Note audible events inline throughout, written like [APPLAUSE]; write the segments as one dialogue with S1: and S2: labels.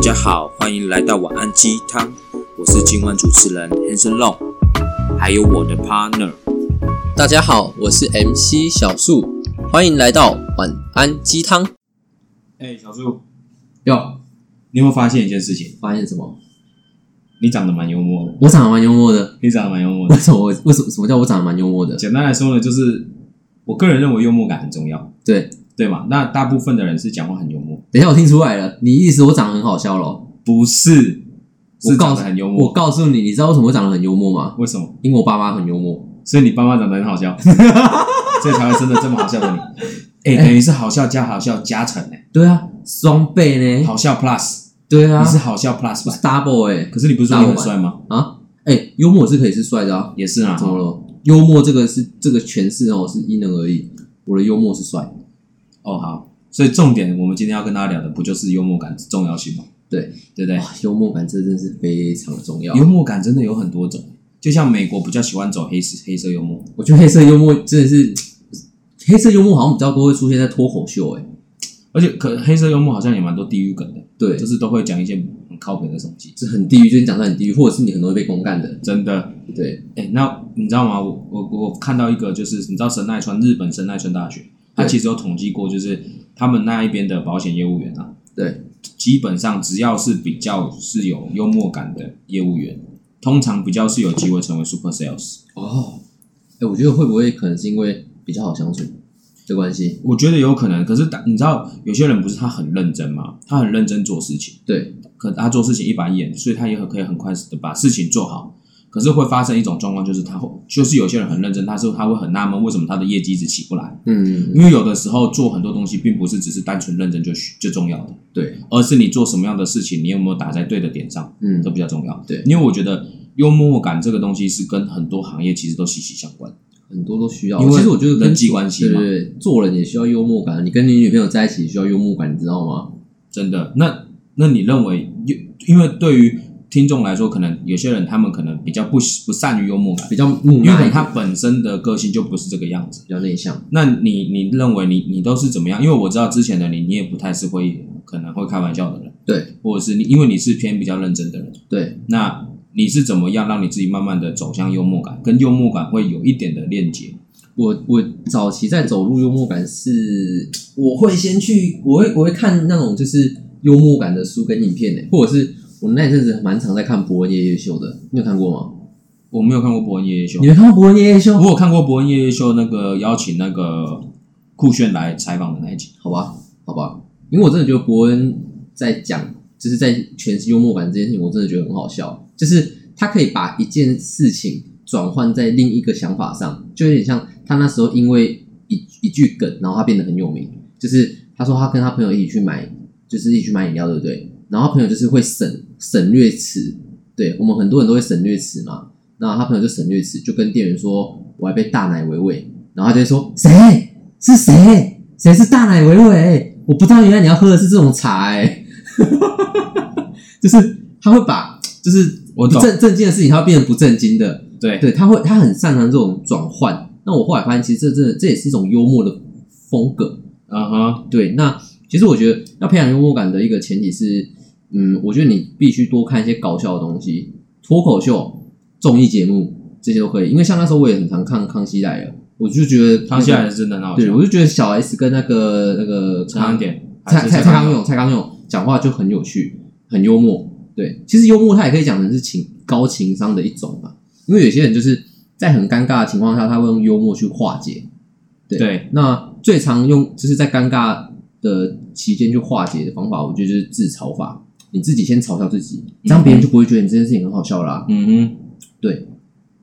S1: 家好，欢迎来到晚安鸡汤，我是今晚主持人 Hanson Long，还有我的 partner。
S2: 大家好，我是 MC 小树，欢迎来到晚安鸡汤。
S1: 哎、小树，
S2: 哟，
S1: 你有没有发现一件事情？
S2: 发现什么？
S1: 你长得蛮幽默的，
S2: 我长得蛮幽默的，
S1: 你长得蛮幽默
S2: 为
S1: 的。
S2: 什么我？为什么？什么叫我长得蛮幽默的？
S1: 简单来说呢，就是我个人认为幽默感很重要，
S2: 对，
S1: 对吗？那大部分的人是讲话很幽默，
S2: 等一下我听出来了，你意思我长得很好笑咯。
S1: 不是，
S2: 我
S1: 是
S2: 告
S1: 长
S2: 诉
S1: 得很幽
S2: 我
S1: 默。
S2: 告诉你，你知道为什么我长得很幽默吗？
S1: 为什么？
S2: 因为我爸妈很幽默。
S1: 所以你爸妈长得很
S2: [LAUGHS]
S1: 好笑，所以才会生的这么好笑的你。哎、等于是好笑加好笑加成哎、
S2: 对啊，双倍呢？
S1: 好笑 Plus，、
S2: 哎对啊
S1: 你，是好笑 Plus
S2: 我
S1: 版
S2: 是 double 哎、
S1: 可是你不是说你很帅吗？
S2: 啊，哎、幽默是可以是帅的啊，
S1: 也是啊
S2: 怎，么了？幽默这个是这个诠释哦，是因人而异。我的幽默是帅，
S1: 哦好，所以重点我们今天要跟大家聊的不就是幽默感重要性吗？
S2: 对，
S1: 对不对？
S2: 哇幽默感这真是非常的重要
S1: 幽。默感真的有很多种，就像美国比较喜欢走黑色黑色幽默，
S2: 我觉得黑色幽默真的是，黑色幽默好像比较多会出现在脱口秀、欸，哎，
S1: 而且可黑色幽默好像也蛮多地域梗的，
S2: 对，
S1: 就是都会讲一些很靠北的东西，
S2: 这很地狱，就是你讲到很地狱，或者是你很容易被公干的，
S1: 真的。
S2: 对，
S1: 哎、那你知道吗？我我我看到一个，就是你知道神奈川日本神奈川大学，它
S2: 对
S1: 其实有统计过，就是他们那一边的保险业务员啊，
S2: 对，
S1: 基本上只要是比较是有幽默感的业务员，通常比较是有机会成为 super sales。
S2: 哦，哎、我觉得会不会可能是因为比较好相处的关系？
S1: 我觉得有可能，可是打你知道有些人不是他很认真嘛，他很认真做事情，
S2: 对，
S1: 可他做事情一板一眼，所以他也很可以很快的把事情做好。可是会发生一种状况，就是他会就是有些人很认真，他是他会很纳闷为什么他的业绩一直起不来。
S2: 嗯，
S1: 因为有的时候做很多东西，并不是只是单纯认真就需就重要的，
S2: 对，
S1: 而是你做什么样的事情，你有没有打在对的点上，
S2: 嗯
S1: 这，比较重要。
S2: 对
S1: 因为我觉得幽默感这个东西是跟很多行业其实都息息相关。
S2: 很多都需要。
S1: 因为
S2: 其实我觉得跟
S1: 人际关系
S2: 对
S1: 嘛
S2: 对对，做人也需要幽默感。你跟你女朋友在一起也需要幽默感，你知道吗？
S1: 真的，那那你认为，因因为对于听众来说，可能有些人他们可能比较不喜不善于幽默感
S2: 比，较木
S1: 因为可
S2: 讷
S1: 能
S2: 一点，
S1: 他本身的个性就不是这个样子。
S2: 比较内向。
S1: 那你你认为你你都是怎么样？因为我知道之前的你，你也不太是会可能会开玩笑的人，
S2: 对
S1: 或者是你因为你是偏比较认真的人。
S2: 对，
S1: 那你是怎么样让你自己慢慢的走向幽默感，跟幽默感会有一点的链接？
S2: 我我早期在走入幽默感是，我会先去，我会我会看那种就是幽默感的书跟影片呢、或者是我那一阵子蛮常在看伯恩夜夜秀的，你有看过吗？
S1: 我没有看过伯恩夜夜秀
S2: 你，没看过伯恩夜夜秀
S1: 我？有看过伯恩夜夜秀那个邀请那个酷炫来采访的那一集。
S2: 好吧，好吧，因为我真的觉得伯恩在讲，就是在诠释幽默感这件事情，我真的觉得很好笑，就是他可以把一件事情转换在另一个想法上，就有点像他那时候因为一一句梗，然后他变得很有名，就是他说他跟他朋友一起去买，就是一起去买饮料，对不对？然后他朋友就是会省省略词，对我们很多人都会省略词嘛，那他朋友就省略词，就跟店员说：“我还被大奶维维。”然后他就说：“谁是谁？谁是大奶维维？我不知道，原来你要喝的是这种茶、欸。” [LAUGHS] 就是他会把就是
S1: 我懂
S2: 正正经的事情，他会变成不正经的。
S1: 对，
S2: 对，他会他很擅长这种转换。那我后来发现，其实这真的这也是一种幽默的风格。
S1: 嗯哼，
S2: 对，那其实我觉得要培养幽默感的一个前提是，嗯，我觉得你必须多看一些搞笑的东西，脱口秀、综艺节目这些都可以。因为像那时候我也很常看《康熙来了》，我就觉得
S1: 他现在是真的很好笑
S2: 对，。我就觉得小 S 跟那个那个
S1: 陈安典，还
S2: 蔡
S1: 是
S2: 蔡蔡
S1: 蔡康
S2: 康
S1: 永
S2: 永蔡康永讲话就很有趣，很幽默。对，其实幽默它也可以讲成是情高情商的一种嘛，因为有些人就是在很尴尬的情况下，他会用幽默去化解。对
S1: 对，
S2: 那最常用就是在尴尬的期间去化解的方法，我觉得就是自嘲法。你自己先嘲笑自己，这样别人就不会觉得你这件事情很好笑啦、
S1: 嗯哼，
S2: 对，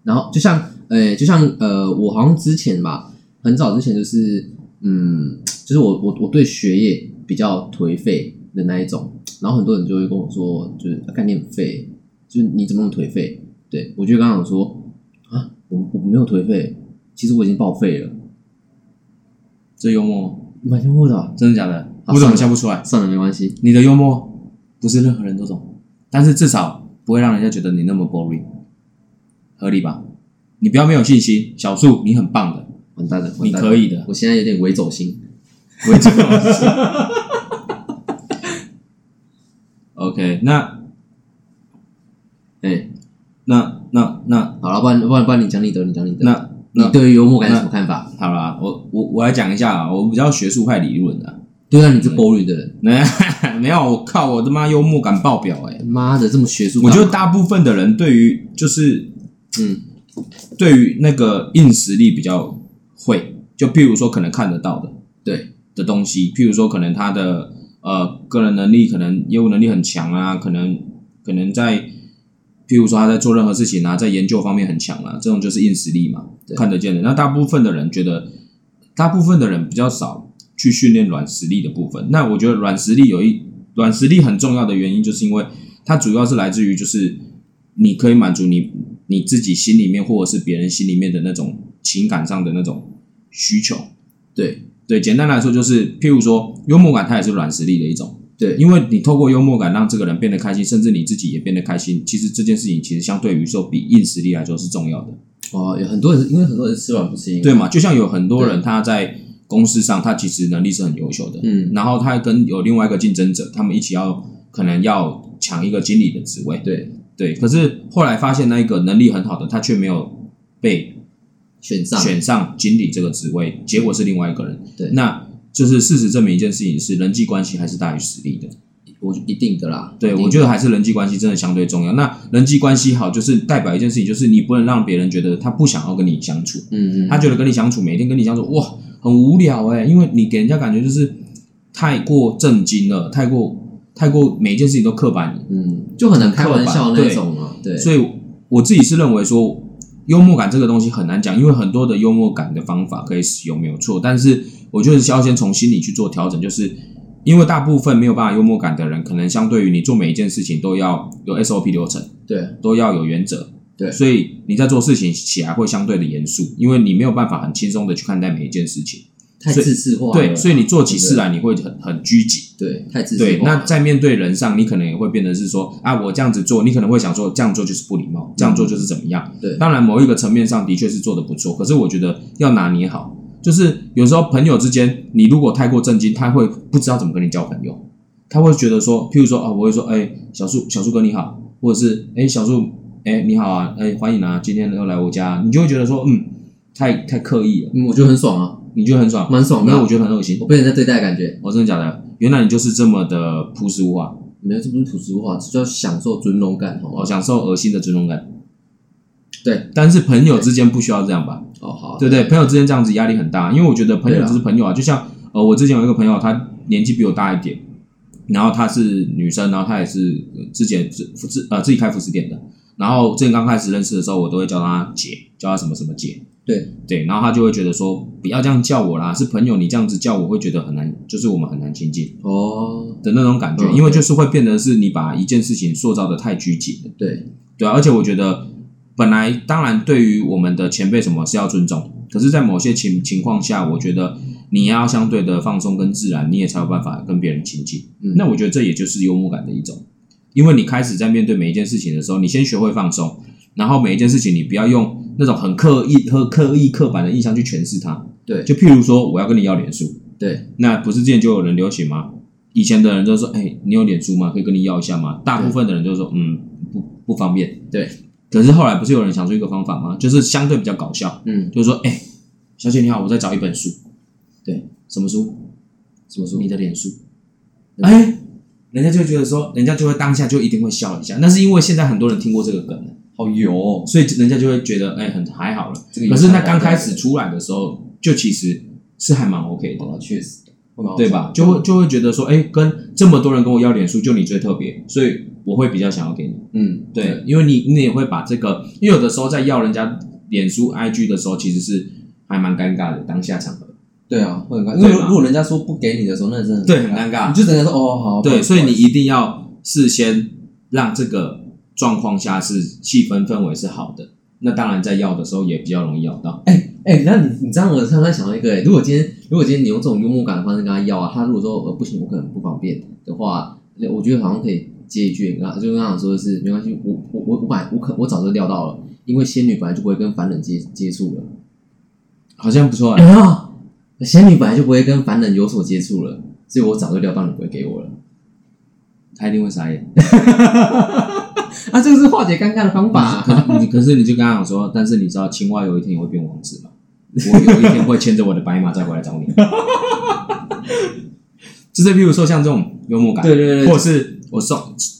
S2: 然后就像呃，就像呃，我好像之前吧，很早之前就是嗯，就是我我我对学业比较颓废的那一种，然后很多人就会跟我说，就是啊概念废，就是你怎么那么颓废？对我就刚刚说啊，我我没有颓废，其实我已经报废了，
S1: 这幽默
S2: 蛮幽默的啊、
S1: 真的假的？
S2: 啊
S1: 我怎
S2: 算
S1: 么
S2: 了
S1: 笑不出来？
S2: 算了，没关系。
S1: 你的幽默不是任何人都懂，但是至少不会让人家觉得你那么 boring，合理吧？你不要没有信心，小树你很棒的，
S2: 完蛋了，完
S1: 你
S2: 蛋了
S1: 可以啊的。
S2: 我现在有点微
S1: [LAUGHS]
S2: 走心。
S1: 我这个老师 OK，那
S2: 哎、
S1: 那那那
S2: 好了，不然不然不然你讲你的，你讲你的。
S1: 那
S2: 你
S1: 那
S2: 对于幽默感有什么看法？
S1: 好啦，我我我来讲一下啊，我比较学术派理论的，
S2: 对啊，你是 boring 的人，
S1: 那 [LAUGHS] 没有，我靠，我他妈幽默感爆表哎、
S2: 妈的这么学术干
S1: 我
S2: 嘛，
S1: 觉得大部分的人对于就是
S2: 嗯
S1: 对于那个硬实力比较会，就譬如说可能看得到的，
S2: 对
S1: 的东西，譬如说可能他的呃个人能力，可能业务能力很强啊，可能可能在譬如说他在做任何事情啊，在研究方面很强啊，这种就是硬实力嘛
S2: 对，
S1: 看得见的。那大部分的人觉得，大部分的人比较少去训练软实力的部分。那我觉得软实力有一软实力很重要的原因，就是因为它主要是来自于就是你可以满足你你自己心里面或者是别人心里面的那种情感上的那种需求。
S2: 对
S1: 对，简单来说就是，譬如说，幽默感它也是软实力的一种，
S2: 对，
S1: 因为你透过幽默感让这个人变得开心，甚至你自己也变得开心。其实这件事情其实相对于说比硬实力来说是重要的，
S2: 哦，有很多人是因为很多人吃软不吃硬，
S1: 对嘛？就像有很多
S2: 对
S1: 人他在公司上，他其实能力是很优秀的，
S2: 嗯
S1: 然后他跟有另外一个竞争者，他们一起要可能要抢一个经理的职位，
S2: 对，
S1: 对。可是后来发现那一个能力很好的，他却没有被
S2: 选上
S1: 选上经理这个职位，结果是另外一个人。
S2: 对
S1: 那就是事实证明一件事情是人际关系还是大于实力的。
S2: 我一定的啦，
S1: 对，
S2: 一定
S1: 我觉得还是人际关系真的相对重要。那人际关系好，就是代表一件事情，就是你不能让别人觉得他不想要跟你相处，
S2: 嗯嗯，
S1: 他觉得跟你相处每天跟你相处哇很无聊哎、因为你给人家感觉就是太过震惊了，太过太过每一件事情都刻板
S2: 嗯就很难开玩笑那种啊，对，
S1: 所以我自己是认为说，幽默感这个东西很难讲，因为很多的幽默感的方法可以使用，没有错。但是我觉得是要先从心里去做调整，就是因为大部分没有办法幽默感的人，可能相对于你做每一件事情都要有 SOP 流程，
S2: 对
S1: 都要有原则。
S2: 对
S1: 所以你在做事情起来会相对的严肃，因为你没有办法很轻松的去看待每一件事情。
S2: 太自私化了啦，
S1: 对，所以你做起事
S2: 真的
S1: 来你会很很拘谨。
S2: 对太自私化了，
S1: 对，那在面对人上，你可能也会变得是说啊，我这样子做，你可能会想说这样做就是不礼貌，这样做就是怎么样。
S2: 对
S1: 当然，某一个层面上的确是做的不错，可是我觉得要拿捏好，就是有时候朋友之间，你如果太过震惊，他会不知道怎么跟你交朋友，他会觉得说，譬如说啊，我会说，哎、小树，小树哥你好，或者是哎、小树，哎、你好啊，哎、欢迎啊，今天又来我家，你就会觉得说，嗯，太太刻意了，
S2: 嗯我觉得很爽啊，
S1: 你就很爽，
S2: 蛮爽的
S1: 没
S2: 啊，
S1: 有，我觉得很恶心
S2: 我。被人家对待的感觉，
S1: 我、真的假的？原来你就是这么的朴实无华。
S2: 没有，这不是朴实话，这叫享受尊荣感，哦好
S1: 我
S2: 吗？
S1: 哦享受恶心的尊重感。
S2: 对，
S1: 但是朋友之间不需要这样吧？
S2: 哦好，
S1: 对不对？朋友之间这样子压力很大，因为我觉得朋友
S2: 对啊
S1: 就是朋友啊，就像呃，我之前有一个朋友，他年纪比我大一点，然后她是女生，然后她也是呃之前自自呃自己开服饰店的，然后之前刚开始认识的时候，我都会叫她姐，叫她什么什么姐，
S2: 对
S1: 对，然后她就会觉得说不要这样叫我啦，是朋友，你这样子叫我会觉得很难，就是我们很难亲近
S2: 哦，
S1: 的那种感觉，
S2: 嗯
S1: 因为就是会变得是你把一件事情塑造的太拘谨了。
S2: 对
S1: 对啊，而且我觉得本来当然对于我们的前辈什么是要尊重，可是，在某些情情况下，我觉得你要相对的放松跟自然，你也才有办法跟别人亲近。
S2: 嗯
S1: 那我觉得这也就是幽默感的一种，因为你开始在面对每一件事情的时候，你先学会放松，然后每一件事情你不要用那种很刻意和刻意刻板的印象去诠释它。
S2: 对
S1: 就譬如说，我要跟你要脸书，
S2: 对
S1: 那不是之前就有人流行吗？以前的人就说：“哎、你有脸书吗？可以跟你要一下吗？”大部分的人就说：“嗯，不不方便。”
S2: 对，
S1: 可是后来不是有人想出一个方法吗？就是相对比较搞笑，
S2: 嗯，
S1: 就是说，哎、小姐你好，我在找一本书，
S2: 对，
S1: 什么书？
S2: 怎么说
S1: 你？的脸书。哎、人家就会觉得说，人家就会当下就一定会笑一下，那是因为现在很多人听过这个梗了，
S2: 好油哦，
S1: 所以人家就会觉得，哎、很还好了。
S2: 这个有
S1: 可是那
S2: 才
S1: 刚
S2: 感
S1: 开始出来的时候，就其实是还蛮 OK 的，
S2: 哦，确实，
S1: 对吧？就会就会觉得说，哎、跟这么多人跟我要脸书，就你最特别，所以我会比较想要给你。
S2: 嗯，
S1: 对，因为你你也会把这个，因为有的时候在要人家脸书 IG 的时候，其实是还蛮尴尬的，当下场合。
S2: 对啊，会很尴尬。因为
S1: 对吧
S2: 如果人家说不给你的时候，那真的
S1: 对很尴尬
S2: 你就只能说哦好。不好
S1: 对，
S2: 意思
S1: 所以你一定要事先让这个状况下是气氛氛围是好的，那当然在要的时候也比较容易要到。
S2: 哎，那你你这样，我突然想到一个，哎，如果今天如果今天你用这种幽默感的方式跟他要啊，他如果说呃不行，我可能不方便的话，那我觉得好像可以接一句，跟他就跟他讲说的是没关系，我我我我本来我可我早就料到了，因为仙女本来就不会跟凡人接接触了。
S1: 好像不错、
S2: 哎
S1: 欸，
S2: 呀，仙女本来就不会跟凡人有所接触了，所以我早就料到你不会给我了。
S1: 他一定会傻眼。
S2: 啊，这个是化解尴尬的方法
S1: 可
S2: 啊、
S1: 是你，可是你就跟他讲说，但是你知道青蛙有一天也会变王子吗？我有一天会牵着我的白马再回来找你。 [LAUGHS] 就是譬如说像这种幽默感，
S2: 对对对对
S1: 或者是我送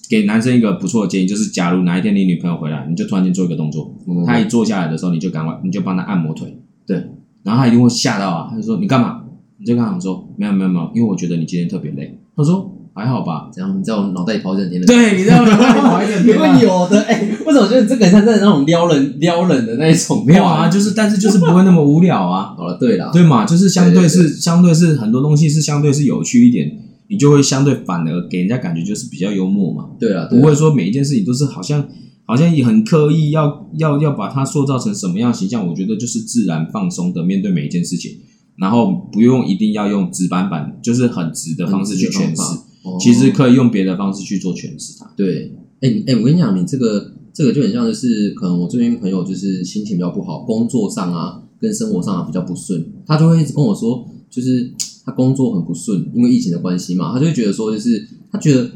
S1: 给男生一个不错的建议，就是假如哪一天你女朋友回来，你就突然间做一个动作，
S2: 嗯
S1: 她一坐下来的时候，你就赶快你就帮她按摩腿，
S2: 对，
S1: 然后她一定会吓到啊，她就说你干嘛？你就跟她讲说没有没有没有，因为我觉得你今天特别累。她说还好吧，
S2: 怎样？你在我脑袋里跑一整天的。
S1: 对，你知道吗？我还
S2: [LAUGHS] 因为有的哎、为什么我觉得这个很像在那种撩人撩人的那一种？
S1: 没有啊，，就是但是就是不会那么无聊啊。
S2: 好了，对啦，
S1: 对嘛，就是相
S2: 对
S1: 对
S2: 对
S1: 是相对是很多东西是相对是有趣一点，你就会相对反而给人家感觉就是比较幽默嘛，
S2: 对啦，啊对
S1: 不
S2: 啦
S1: 会说每一件事情都是好像好像也很刻意要要要把它塑造成什么样的形象，我觉得就是自然放松的面对每一件事情，然后不用一定要用直板板就是很直的方式去诠释，。
S2: 哦
S1: 其实可以用别的方式去做诠释它。
S2: 对，哎、你哎、我跟你讲，你这个这个就很像，就是可能我最近朋友就是心情比较不好，工作上啊跟生活上啊比较不顺，他就会一直跟我说，就是他工作很不顺，因为疫情的关系嘛，他就会觉得说，就是他觉得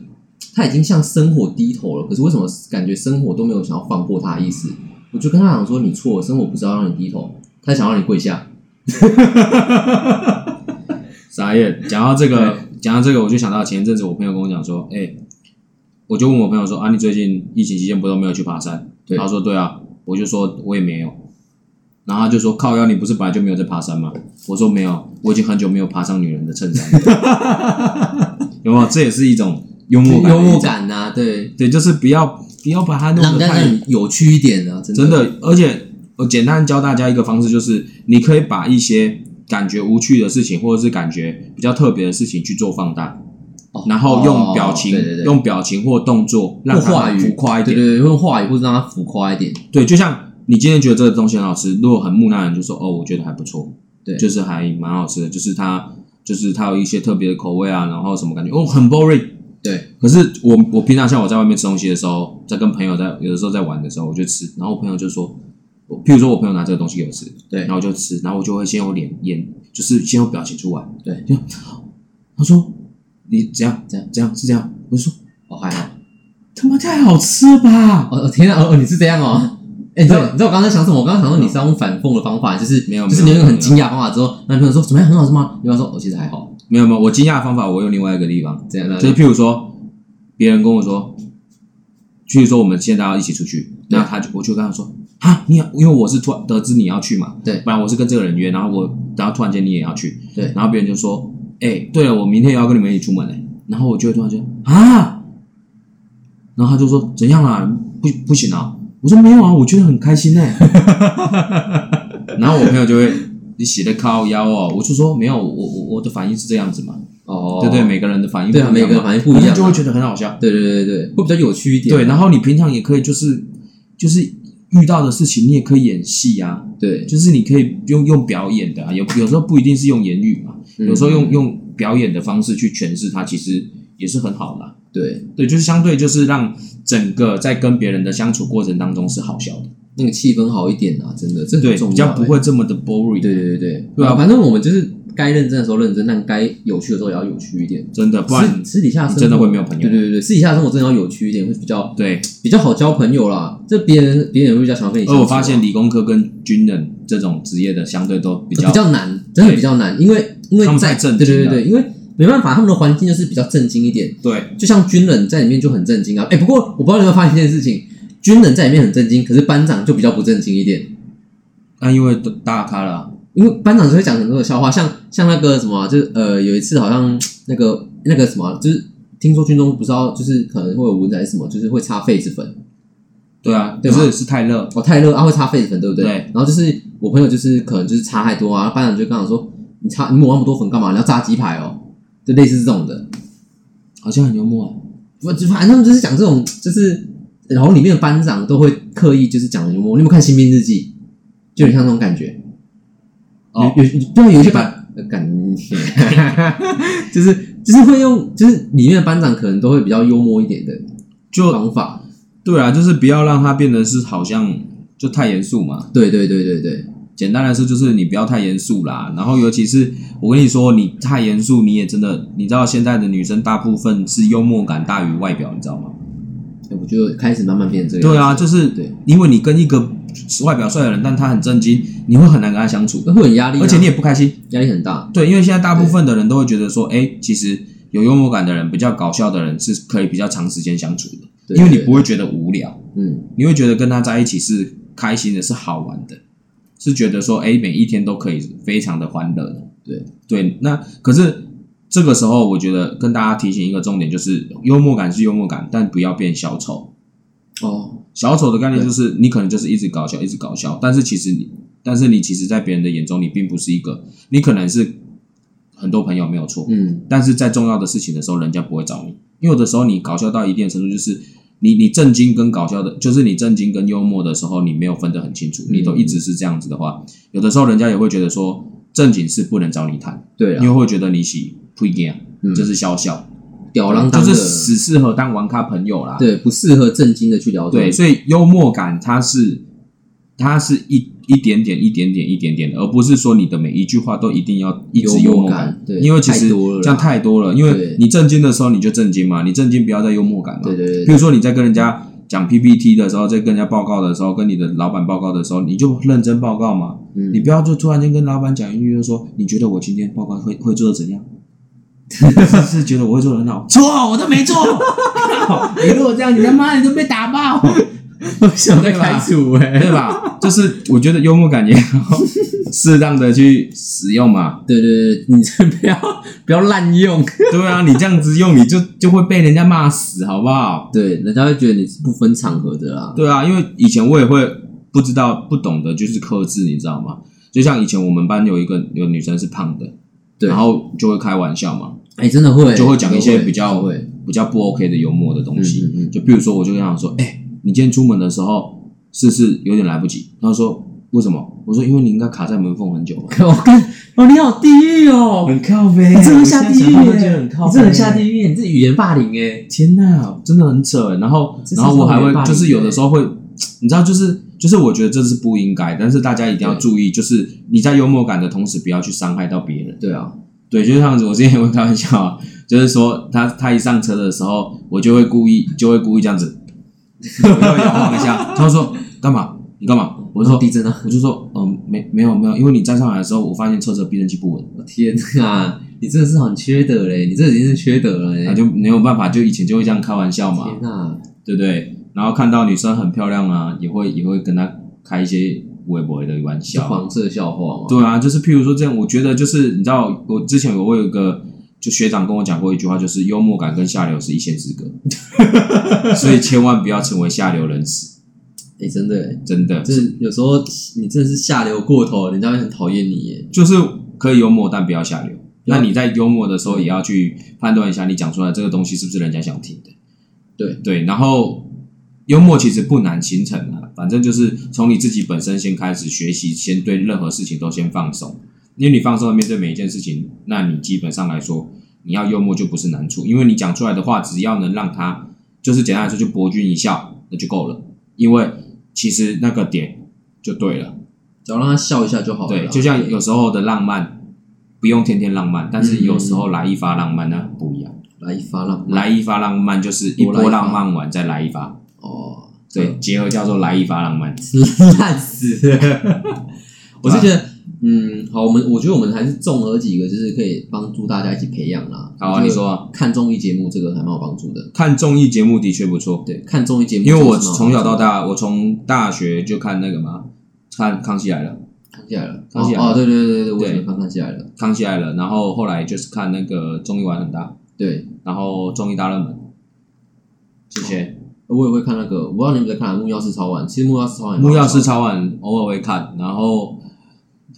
S2: 他已经向生活低头了，可是为什么感觉生活都没有想要放过他的意思？我就跟他讲说，你错了，生活不是要让你低头，他想让你跪下。
S1: 傻眼。讲到这个，讲到这个，我就想到前一阵子我朋友跟我讲说，哎、我就问我朋友说啊，你最近疫情期间不都没有去爬山？
S2: 对
S1: 他说对啊，我就说我也没有。然后他就说靠腰，你不是本来就没有在爬山吗？我说没有，我已经很久没有爬上女人的衬衫了。
S2: [LAUGHS]
S1: 有没有？这也是一种幽默感，
S2: 幽默。感呐、对，
S1: 对，就是不要不要把它
S2: 让
S1: 弄得
S2: 让
S1: 太
S2: 让你有趣一点啊，真的
S1: 真的，而且我简单教大家一个方式，就是你可以把一些感觉无趣的事情，或者是感觉比较特别的事情去做放大，
S2: 哦
S1: 然后用表情、
S2: 对对对
S1: 用表情或动作让
S2: 或话
S1: 它
S2: 语
S1: 浮夸一
S2: 啊对
S1: 点。
S2: 对对，用话语或者让他浮夸一点，
S1: 对就像你今天觉得这个东西很好吃，如果很木讷，你就说哦，我觉得还不错，
S2: 对
S1: 就是还蛮好吃的，就是它就是它有一些特别的口味啊，然后什么感觉哦，很 boring。
S2: 对，
S1: 可是我我平常像我在外面吃东西的时候，在跟朋友在有的时候在玩的时候，我就吃，然后我朋友就说，我譬如说我朋友拿这个东西给我吃，
S2: 对
S1: 然后我就吃，然后我就会先有脸眼，就是先有表情出来，
S2: 对
S1: 就他说你怎样
S2: 怎样
S1: 怎样是这样，我就说
S2: 哦还好，
S1: 他妈太好吃了吧，
S2: 哦天啊，哦你是这样哦。哎、你知道
S1: 对
S2: 你知道我刚刚想什么？我刚刚想说你是要用反讽的方法，就是
S1: 没有
S2: 就是你
S1: 没有
S2: 用一个很
S1: 没有
S2: 惊讶的方法之后，男朋友说怎么样很好吃吗？你要说哦其实还好，
S1: 没有没有，我惊讶的方法我用另外一个地方，
S2: 这样那
S1: 就是譬如说别人跟我说，譬如说我们现在要一起出去，
S2: 对
S1: 那他就我就跟他说啊，你要因为我是突然得知你要去嘛，
S2: 对
S1: 不然我是跟这个人约，然后我然后突然间你也要去，
S2: 对
S1: 然后别人就说，哎、对了，我明天也要跟你们一起出门嘞、然后我就会突然间啊，然后他就说怎样啦，不不行啊，我说没有啊，我觉得很
S2: [LAUGHS]
S1: 开心呢、然后我朋友就会你写的靠腰哦，我就说没有，我我我的反应是这样子嘛，
S2: 哦
S1: 对对，每个人的反应
S2: 对啊
S1: 不一样
S2: 每个人
S1: 嘛
S2: 反应不一样
S1: 可是就会觉得很好笑。
S2: 对对对对对，会比啊较有趣一点。
S1: 对，然后你平常也可以就是就是遇到的事情，你也可以演戏啊，
S2: 对，
S1: 就是你可以用用表演的啊，有有时候不一定是用言语嘛，
S2: 嗯
S1: 有时候用用表演的方式去诠释它，其实也是很好啦。
S2: 对
S1: 对，就是相对就是让整个在跟别人的相处过程当中是好笑的，
S2: 那个气氛好一点啊，真的这
S1: 对，
S2: 很重要、
S1: 比较
S2: 哎
S1: 不会这么的 boring。
S2: 对，对对对，
S1: 对啊
S2: 反正我们就是该认真的时候认真，但该有趣的时候也要有趣一点。
S1: 真的，不然
S2: 私私底下生活
S1: 你真的会没有朋友
S2: 对对对对，私底下生活真的要有趣一点，会比较
S1: 对。
S2: 比较好交朋友啦。这别人别人会比较想跟你相
S1: 而
S2: 处啊。
S1: 哦我发现理工科跟军人这种职业的相对都比较
S2: 比较难，真的比较难，因为因为
S1: 他们
S2: 在
S1: 太正
S2: 对
S1: 经
S2: 对
S1: 了
S2: 对对，因为没办法，他们的环境就是比较正经一点。
S1: 对
S2: 就像军人在里面就很正经啊，哎，不过我不知道你有没有发现一件事情，军人在里面很正经，可是班长就比较不正经一点。
S1: 那、因为都大咖了啊、
S2: 因为班长就会讲很多的笑话，像像那个什么啊，就是呃，有一次好像那个那个什么啊，就是听说军中不知道，就是可能会有蚊子还是什么，就是会擦痱子粉。
S1: 对啊，
S2: 对
S1: 可
S2: 吗
S1: 是是泰勒，
S2: 哦，泰勒啊会擦痱子粉，对不对？
S1: 对
S2: 然后就是我朋友就是可能就是擦太多啊，班长就跟我说：“你擦你抹那么多粉干嘛？你要炸鸡排哦。”就类似这种的，
S1: 好像很幽默、啊。
S2: 我就反正就是讲这种，就是然后里面的班长都会刻意就是讲幽默。你有没有看《新兵日记》？就很像那种感觉。
S1: 哦
S2: 有有对啊，有一些班呃感，就是就是会用，就是里面的班长可能都会比较幽默一点的
S1: 就
S2: 方法。
S1: 对啊，就是不要让它变得是好像就太严肃嘛。
S2: 对对对对对，
S1: 简单来说就是你不要太严肃啦，然后尤其是我跟你说，你太严肃你也真的，你知道现在的女生大部分是幽默感大于外表，你知道吗？
S2: 哎我就开始慢慢变成这个
S1: 对
S2: 样
S1: 啊，
S2: 子。
S1: 就是
S2: 对
S1: 因为你跟一个外表帅的人，但他很震惊，你会很难跟他相处，
S2: 那会有压力啊、
S1: 而且你也不开心。
S2: 压力很大。
S1: 对，因为现在大部分的人都会觉得说，哎，其实有幽默感的人，比较搞笑的人是可以比较长时间相处的，
S2: 对
S1: 因为你
S2: 对
S1: 不会觉得无聊，
S2: 嗯，
S1: 你会觉得跟他在一起是开心的，是好玩的，是觉得说，哎，每一天都可以非常的欢乐的。
S2: 对
S1: 对，那可是这个时候，我觉得跟大家提醒一个重点，就是幽默感是幽默感，但不要变小丑。
S2: 哦，
S1: 小丑的概念就是你可能就是一直搞笑，一直搞笑，但是其实你，但是你其实，在别人的眼中，你并不是一个，你可能是很多朋友没有错，
S2: 嗯，
S1: 但是在重要的事情的时候，人家不会找你，因为有的时候你搞笑到一定的程度，就是你你震惊跟搞笑的，就是你震惊跟幽默的时候，你没有分得很
S2: 嗯
S1: 清楚，你都一直是这样子的话，有的时候人家也会觉得说正经事不能找你谈，
S2: 对
S1: 因为
S2: 啊，
S1: 会觉得你喜不一样，
S2: 嗯
S1: 就是笑笑，
S2: 吊郎当
S1: 就
S2: 的，
S1: 是只适合当玩咖朋友啦，
S2: 对不适合正经的去聊这个。
S1: 对，所以幽默感它是它是一一点点、一点点、一点点的，而不是说你的每一句话都一定要一直
S2: 幽
S1: 幽
S2: 默
S1: 默
S2: 感
S1: 感。
S2: 对
S1: 因为其
S2: 太
S1: 实
S2: 多了啦
S1: 这样太多了，因为
S2: 对
S1: 你震惊的时候你就震惊嘛，你震惊不要再幽默感嘛。
S2: 对对对
S1: 比
S2: 对
S1: 如说你在跟人家讲 PPT 的时候，在跟人家报告的时候，跟你的老板报告的时候，你就认真报告嘛。
S2: 嗯
S1: 你不要就突然间跟老板讲一句，就说你觉得我今天报告会会做的
S2: [LAUGHS]
S1: 怎样？是觉得我会做的很好？错，我都没做。你如果这样，你他妈你都被打爆。
S2: [LAUGHS] 我想再开除哎、
S1: 对吧？就是我觉得幽默感也好，适当的去使用嘛。
S2: 对对对，你这不要 [LAUGHS] 不要滥用，
S1: 对啊，你这样子用，你就就会被人家骂死，好不好？
S2: 对，人家会觉得你是不分场合的啦。
S1: 对啊，因为以前我也会不知道、不懂得就是克制，你知道吗？就像以前我们班有一个有女生是胖的，
S2: 对
S1: 然后就会开玩笑嘛，
S2: 哎、真的会，
S1: 就会讲一些比
S2: 真
S1: 较
S2: 的会，
S1: 比较不 OK 的幽默的东西。
S2: 嗯嗯嗯
S1: 就比如说，我就跟他说：“哎、你今天出门的时候是不是有点来不及？”他说：“为什么？”我说：“因为你应该卡在门缝很久了。”
S2: 我看 [LAUGHS] 哦，你好地狱哦，
S1: 很靠背，
S2: 你真的
S1: 哎我
S2: 下
S1: 现在
S2: 地狱耶，
S1: 想到都觉得很靠哎
S2: 你
S1: 背
S2: 真的下地狱，哎你这语言霸凌哎，
S1: 天哪，真的很扯。然后，
S2: 这是
S1: 然后我还
S2: 后面
S1: 会
S2: 霸凌
S1: 就是有的时候会，你知道，就是就是我觉得这是不应该，但是大家一定要
S2: 对
S1: 注意，就是你在幽默感的同时，不要去伤害到别人。
S2: 对啊，
S1: 对，就像我之前也会开玩笑啊， [LAUGHS] 就是说他他一上车的时候，我就会故意就会故意这样子， [LAUGHS] 我就会摇晃一 [LAUGHS] 下。他就说干嘛？你干嘛？我
S2: 我
S1: 就
S2: 说
S1: 说
S2: 地震啊，
S1: 我就说嗯，没没有没有，因为你站上来的时候，我发现车子的避震器不稳。
S2: 天啊，你真的是很缺德嘞，你这已经是缺德了
S1: 那
S2: 嘞，
S1: 就没有办法，就以前就会这样开玩笑嘛。
S2: 天啊，
S1: 对不对？然后看到女生很漂亮啊，也会也会跟她开一些微博的玩
S2: 是
S1: 笑。
S2: 黄色笑话吗？
S1: 对啊，就是譬如说这样，我觉得就是你知道，我之前有我有一个就学长跟我讲过一句话，就是幽默感跟下流是一线之隔， [LAUGHS] 所以千万不要成为下流人士，
S2: 哎、真的哎，
S1: 真的
S2: 就是有时候你真的是下流过头，人家会很讨厌你耶。
S1: 就是可以幽默，但不要下流。那你在幽默的时候，也要去判断一下你讲出来这个东西是不是人家想听的。
S2: 对
S1: 对，然后幽默其实不难形成啊，反正就是从你自己本身先开始学习，先对任何事情都先放松，因为你放松了面对每一件事情，那你基本上来说，你要幽默就不是难处，因为你讲出来的话，只要能让他就是简单来说就博君一笑，那就够了，因为其实那个点就对了。
S2: 只要让他笑一下就好了啦。
S1: 对，就像有时候的浪漫，不用天天浪漫，但是有时候来一发浪漫那不一样。
S2: 来一发浪漫
S1: 来一发浪漫就是一波浪漫完再来一发，
S2: 哦，
S1: 对，嗯结合叫做来一发浪漫。
S2: [LAUGHS] 烂
S1: [LAUGHS]
S2: 死了。我是觉得， [LAUGHS] 嗯，好，我们我觉得我们还是综合几个，就是可以帮助大家一起培养啦。
S1: 好啊
S2: 我觉得
S1: 你说啊
S2: 看综艺节目这个还蛮有帮助的。
S1: 看综艺节目的确不错，
S2: 对，看综艺节目，
S1: 因为我从小到，大，我从大学就看那个嘛，看《康熙来了》，
S2: 看起来了，
S1: 看起来了
S2: 哦，哦对对对对对，我
S1: 对
S2: 喜欢看看起来了，
S1: 《康熙来了》，然后后来就是看那个《综艺玩很大》，
S2: 对，
S1: 然后《综艺大热门》这些。
S2: 我也会看那个，我不知道你们在看《木曜四超玩》，其实《木曜四超玩》
S1: 木曜四超玩偶尔会看，然后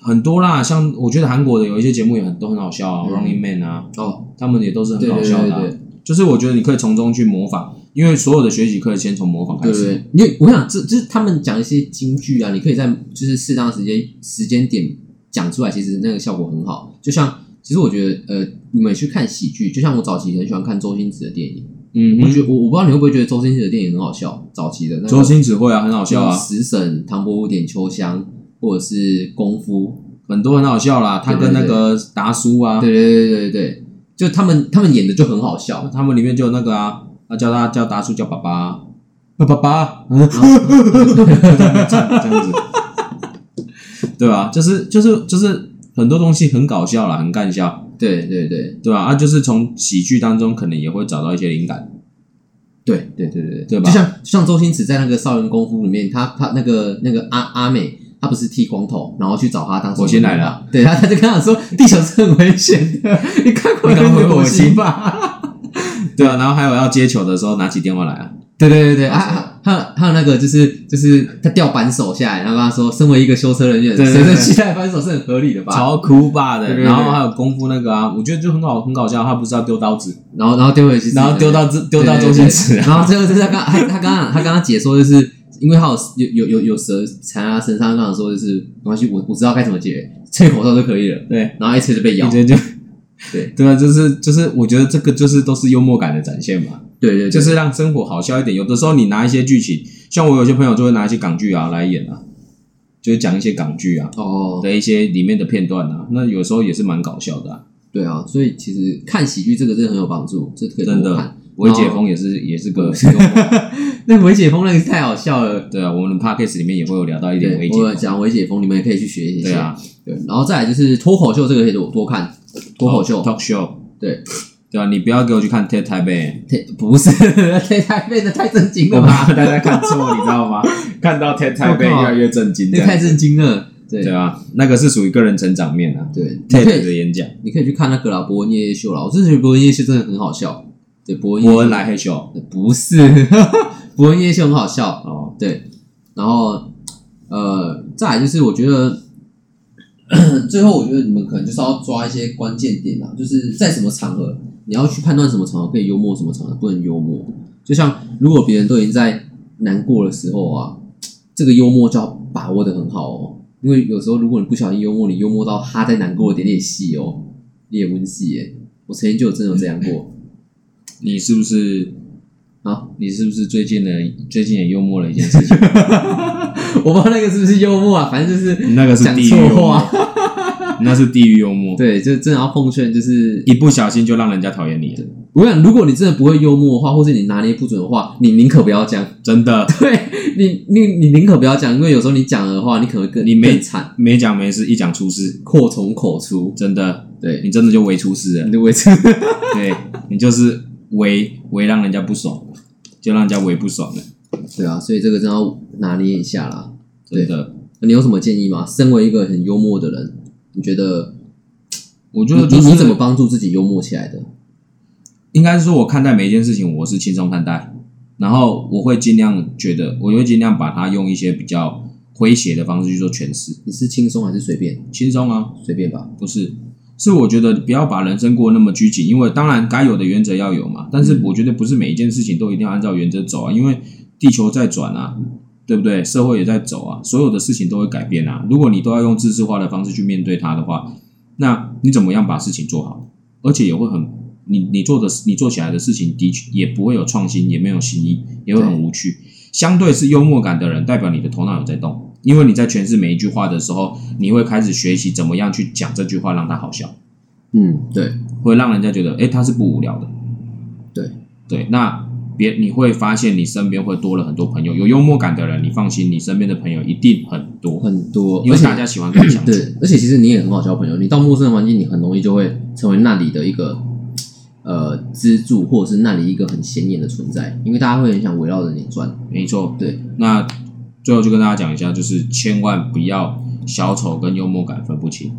S1: 很多啦，像我觉得韩国的有一些节目也很都很好笑啊、
S2: 嗯
S1: r u n n i n g Man 啊，
S2: 哦，
S1: 他们也都是
S2: 对
S1: 很
S2: 对对
S1: 好笑
S2: 对
S1: 的啊、
S2: 对
S1: 就是我觉得你可以从中去模仿，因为所有的学习可以先从模仿
S2: 对
S1: 开
S2: 对
S1: 始。
S2: 对，因为我想这就是他们讲一些金句啊，你可以在就是适当的时间时间点讲出来，其实那个效果很好。就像其实我觉得呃，你们去看喜剧，就像我早期很喜欢看周星驰的电影，
S1: 嗯
S2: 我
S1: 哼，
S2: 觉得我我不知道你会不会觉得周星驰的电影很好笑，早期的那个
S1: 周星驰会啊，很好笑啊。
S2: 食神、唐伯虎点秋香，或者是功夫，
S1: 很多很好笑啦，他跟那个达叔啊，
S2: 对对对对对对，就他们他们演的就很好笑，
S1: 他们里面就有那个啊，啊叫他叫达叔叫爸爸啊，爸爸爸，嗯这样这样子，对吧、就是就是就是很多东西很搞笑啦，很干笑，
S2: 对对对
S1: 对吧、啊？就是从喜剧当中可能也会找到一些灵
S2: [LAUGHS]
S1: 感，
S2: 对对对对
S1: 对吧
S2: 就像就像周星驰在那个《少林功夫》里面，他他那个那个阿阿美，他不是剃光头，然后去找他当
S1: 我先来了
S2: 吗，对他他就跟他讲说，地球是很危险的，你看过
S1: 你赶快
S2: 人的
S1: 回
S2: 火
S1: 我
S2: 星
S1: 心
S2: 吧？
S1: [LAUGHS] 对啊。然后还有要接球的时候拿起电话来
S2: [LAUGHS]
S1: 啊，
S2: 对对对对，啊啊还有还有那个就是就是他掉扳手下来，然后跟他说，身为一个修车人员，
S1: 对对
S2: 随
S1: 对
S2: 身携带扳手是很合理的吧？
S1: 超酷霸
S2: 对
S1: 的。
S2: 对对
S1: 然后还有功夫那个啊，我觉得就很好很搞笑，他不是要丢刀子，
S2: 然后然后丢回去，
S1: 然后丢到自丢到周星驰啊，
S2: 然后最后就是他刚他他刚刚他刚刚解说，就是因为他有有有有有蛇缠在他身上，刚刚说就是没关系，我我知道该怎么解，吹口哨就可以了，
S1: 对。
S2: 然后一吹就被咬
S1: 你。觉得就
S2: [LAUGHS] 对
S1: 对啊，就是就是，我觉得这个就是都是幽默感的展现嘛，
S2: 对对对，
S1: 就是让生活好笑一点。有的时候你拿一些剧情，像我有些朋友就会拿一些港剧啊来演啊，就是讲一些港剧啊
S2: 哦，对
S1: 的一些里面的片段啊，那有时候也是蛮搞笑的、啊。
S2: 对啊，所以其实看喜剧这个真的很有帮助，这可以
S1: 真
S2: 多
S1: 的
S2: 看。，
S1: 韦解
S2: 哦
S1: 封也是也是个幽默感
S2: 那韦解封那个是太好笑了，
S1: 对啊，我们的 podcast 里面也会有聊到一点
S2: 对
S1: 韦，解
S2: 我有
S1: 封，
S2: 讲韦解封，你们也可以去学一些。
S1: 对，啊，
S2: 对，然后再来就是脱口秀这个可以多多看，脱口秀
S1: talk show，
S2: 对
S1: 对啊，你不要给我去看 TED 台北，
S2: 太不是太太变得太震惊
S1: 我
S2: 了吧？
S1: 怕大家看错，你知道吗？ [LAUGHS] 看到 TED 台北
S2: [LAUGHS] 我靠
S1: 越来越震
S2: 那
S1: 惊，
S2: 个
S1: 这样
S2: 太震惊了，对
S1: 对啊，那个是属于个人成长面啊。
S2: 对，你可
S1: TED
S2: 以
S1: 的演讲，
S2: 你可以去看那个啦，伯恩夜夜秀啦，我真的觉得伯恩夜夜秀真的很好笑。对，伯恩夜夜秀
S1: 伯恩来黑秀
S2: 不是 [LAUGHS] 伯恩夜夜秀很好笑。
S1: 哦，
S2: 对，然后呃，再来就是我觉得 [COUGHS] 最后我觉得你们可能就是要抓一些关键点啦，就是在什么场合你要去判断什么场合可以幽默，什么场合不能幽默。就像如果别人都已经在难过的时候啊，这个幽默就要把握的很好哦，因为有时候如果你不小心幽默，你幽默到他在难过的点点戏哦，你也温戏耶。我曾经就有真的有这样过。
S1: 你是不是
S2: 啊？
S1: 你是不是最近的最近也幽默了一件事情？
S2: [LAUGHS] 我不知道那个是不是幽默啊，反正就是
S1: 那个是
S2: 讲
S1: 地狱
S2: 错
S1: 幽默
S2: 话。， [LAUGHS]
S1: 那是地狱幽默，
S2: 对，就真的要奉劝，就是
S1: 一不小心就让人家讨厌你了，
S2: 我想，如果你真的不会幽默的话，或是你拿捏不准的话，你宁可不要讲。 [LAUGHS]
S1: 真的
S2: 对你，你你宁可不要讲，因为有时候你讲了的话，你可能更
S1: 你没
S2: 更惨，
S1: 没讲没事，一讲出事，
S2: 祸从口出。
S1: 真的，
S2: 对，
S1: 你真的就为出事
S2: 你
S1: 了，
S2: 的位
S1: [LAUGHS]
S2: 置
S1: 对你就是为为让人家不爽，就让人家为不爽了，
S2: 对啊，所以这个真的要拿捏一下啦。
S1: 真的，
S2: 那你有什么建议吗？身为一个很幽默的人，你觉得
S1: 我觉
S2: 你
S1: 得就
S2: 你
S1: 是
S2: 你怎么帮助自己幽默起来的？
S1: 应该是说我看待每一件事情，我是轻松看待，然后我会尽量觉得，我会尽量把它用一些比较诙谐的方式去做诠释，
S2: 你是轻松还是随便？
S1: 轻松啊，
S2: 随便吧。
S1: 不是，是我觉得不要把人生过得那么拘谨，因为当然该有的原则要有嘛，但是我觉得不是每一件事情都一定要按照原则走啊，因为地球在转啊，对不对？社会也在走啊，所有的事情都会改变啊。如果你都要用知识化的方式去面对它的话，那你怎么样把事情做好？而且也会很，你你做的你做起来的事情的确也不会有创新，也没有新意，也会很无趣。相对是幽默感的人，代表你的头脑有在动，因为你在诠释每一句话的时候，你会开始学习怎么样去讲这句话，让它好笑，
S2: 嗯，对
S1: 会让人家觉得，诶，它是不无聊的。
S2: 对
S1: 对，那别你会发现你身边会多了很多朋友，有幽默感的人，你放心，你身边的朋友一定很多，
S2: 很多，
S1: 因
S2: 而
S1: 为
S2: 且
S1: 大家喜欢跟你相处。
S2: 对，而且其实你也很好交朋友，你到陌生的环境，你很容易就会成为那里的一个呃支柱，或者是那里一个很显眼的存在，因为大家会很想围绕着你转。
S1: 没错，
S2: 对，
S1: 那最后就跟大家讲一下，就是千万不要小丑跟幽默感分不清，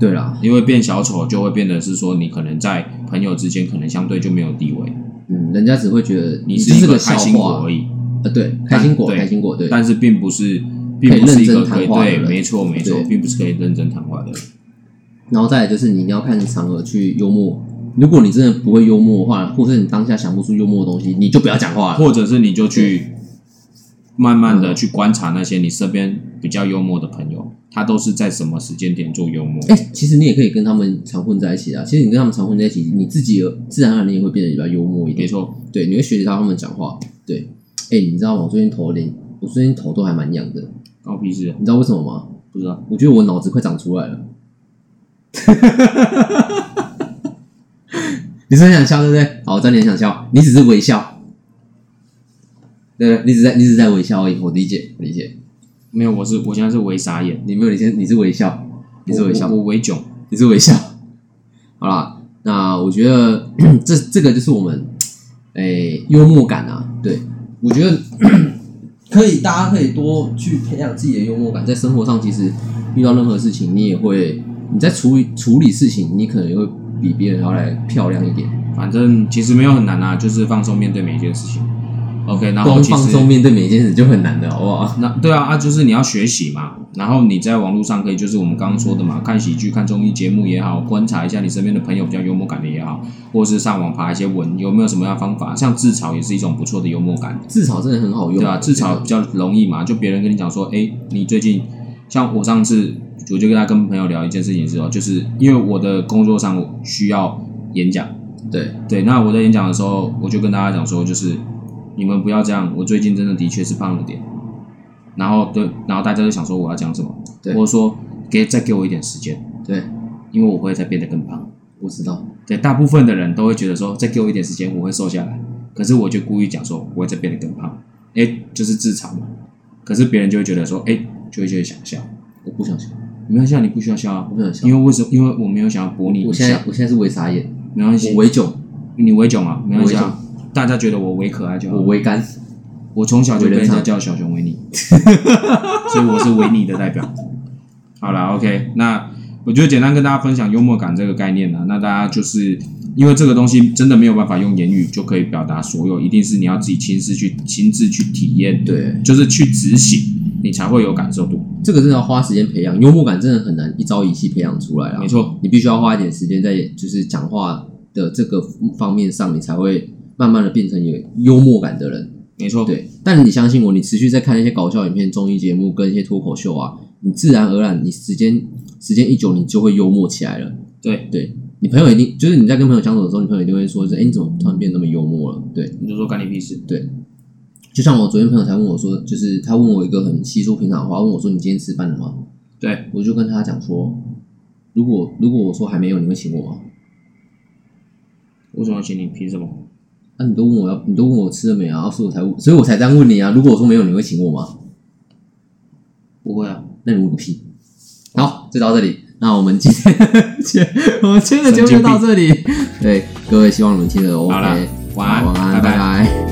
S2: 对啦，
S1: 因为变小丑就会变得是说你可能在朋友之间可能相对就没有地位，
S2: 嗯，人家只会觉得
S1: 你
S2: 就是
S1: 一
S2: 个
S1: 个
S2: 笑
S1: 开心果
S2: 话
S1: 而，已，
S2: 呃，对，开心果，
S1: 对
S2: 开心果，对，
S1: 但是并不是。并不是一个可
S2: 可以认真
S1: 以
S2: 谈话的
S1: 对，
S2: 人
S1: 没错没错
S2: 对，
S1: 并不是可以认真谈话的人。
S2: 然后再来就是你一定要看场合去幽默。如果你真的不会幽默的话，或是你当下想不出幽默的东西，你就不要讲话了。
S1: 或者是你就去慢慢
S2: 嗯
S1: 的去观察那些你身边比较幽默的朋友，他都是在什么时间点做幽默？
S2: 哎、其实你也可以跟他们常混在一起啊。其实你跟他们常混在一起，你自己有自然而然你也会变得比较幽默一点
S1: 没。错，
S2: 对，你会学习到他们讲话。对，哎、你知道吗？我最近头脸，我最近头都还蛮痒的，
S1: 关我屁事啊，
S2: 你知道为什么吗？
S1: 不知道，
S2: 我觉得我脑子快长出来了。 [LAUGHS] 你是很想笑对不对？好，我知道你很想笑，你只是微笑，对不对？你只在你只是在微笑而已，我理解我理解。
S1: 没有，我是我现在是微傻眼，
S2: 你没有，你先你是微笑，你是微笑，
S1: 我我我微囧，
S2: 你是微笑。 [LAUGHS] 好啦，那我觉得 [COUGHS] 这这个就是我们诶、幽默感啊，对我觉得 [COUGHS] 可以，大家可以多去培养自己的幽默感，在生活上其实遇到任何事情，你也会你在处理处理事情，你可能也会比别人要来漂亮一点，
S1: 反正其实没有很难啊，就是放松面对每一件事情。OK，然后
S2: 光
S1: 其实
S2: 放松面对每一件事就很难的，好不好？
S1: 那对啊啊，就是你要学习嘛，然后你在网络上可以，就是我们刚刚说的嘛，看喜剧、看综艺节目也好，观察一下你身边的朋友比较幽默感的也好，或是上网爬一些文，有没有什么样的方法？像自嘲也是一种不错的幽默感，
S2: 自嘲真的很好用，
S1: 对啊，自嘲比较容易嘛，就别人跟你讲说，哎，你最近，像我上次我就跟他跟朋友聊一件事情的时候，就是因为我的工作上我需要演讲，
S2: 对，
S1: 对，那我在演讲的时候，我就跟大家讲说，就是你们不要这样，我最近真的的确是胖了点。然后对，然后大家就想说我要讲什么，
S2: 对
S1: 或者说给再给我一点时间，
S2: 对，
S1: 因为我会再变得更胖。
S2: 我知道，
S1: 对，大部分的人都会觉得说再给我一点时间，我会瘦下来。可是我就故意讲说我会再变得更胖，哎，就是自嘲嘛。可是别人就会觉得说，哎，就会觉得想笑，
S2: 我不想笑，
S1: 没关系啊，你不需要笑啊
S2: 我，不想笑，
S1: 因为为什么？因为我没有想要博你一
S2: 我现
S1: 笑
S2: 在，我现在是微傻眼，
S1: 没关
S2: 我
S1: 系，
S2: 微囧，
S1: 你微囧啊，没关系
S2: 我微
S1: 啊，大家觉得我微可爱就好
S2: 我。微干，
S1: 我从小就被人
S2: 为
S1: 家
S2: 人
S1: 叫小熊维尼， [LAUGHS] 所以我是维尼的代表。好啦 o、k 那我就简单跟大家分享幽默感这个概念啦。那大家就是因为这个东西真的没有办法用言语就可以表达所有，一定是你要自己亲自去亲自去体验，，
S2: 对。
S1: 就是去执行，你才会有感受度。
S2: 这个真的要花时间培养，幽默感真的很难一朝一夕培养出来啊
S1: 没。错，
S2: 你必须要花一点时间在就是讲话的这个方面上，你才会慢慢的变成有幽默感的人。
S1: 没错，，
S2: 对，但你相信我，你持续在看那些搞笑影片、综艺节目跟一些脱口秀啊，你自然而然，你时间时间一久，你就会幽默起来了。
S1: 对，
S2: 对你朋友一定就是你在跟朋友相处的时候，你朋友一定会说，哎，你怎么突然变得那么幽默了？对，
S1: 你就说干你屁事。
S2: 就像我昨天朋友才问我说，就是他问我一个很稀疏平常的话，问我说你今天吃饭了吗？
S1: 对，
S2: 我就跟他讲说，如果如果我说还没有，你会请我吗？
S1: 为什么要请你？凭什么？
S2: 啊，你都问我要，你都问我吃了没啊，所以我才问，所以我才这样问你啊。如果我说没有，你会请我吗？
S1: 不会啊，
S2: 那你问个屁！好，就到这里。那我们今天
S1: [LAUGHS]
S2: 我们今天的节目就到这里。对，各位希望你们听得 OK。
S1: 好啦晚安
S2: 晚安，
S1: 拜拜
S2: 拜拜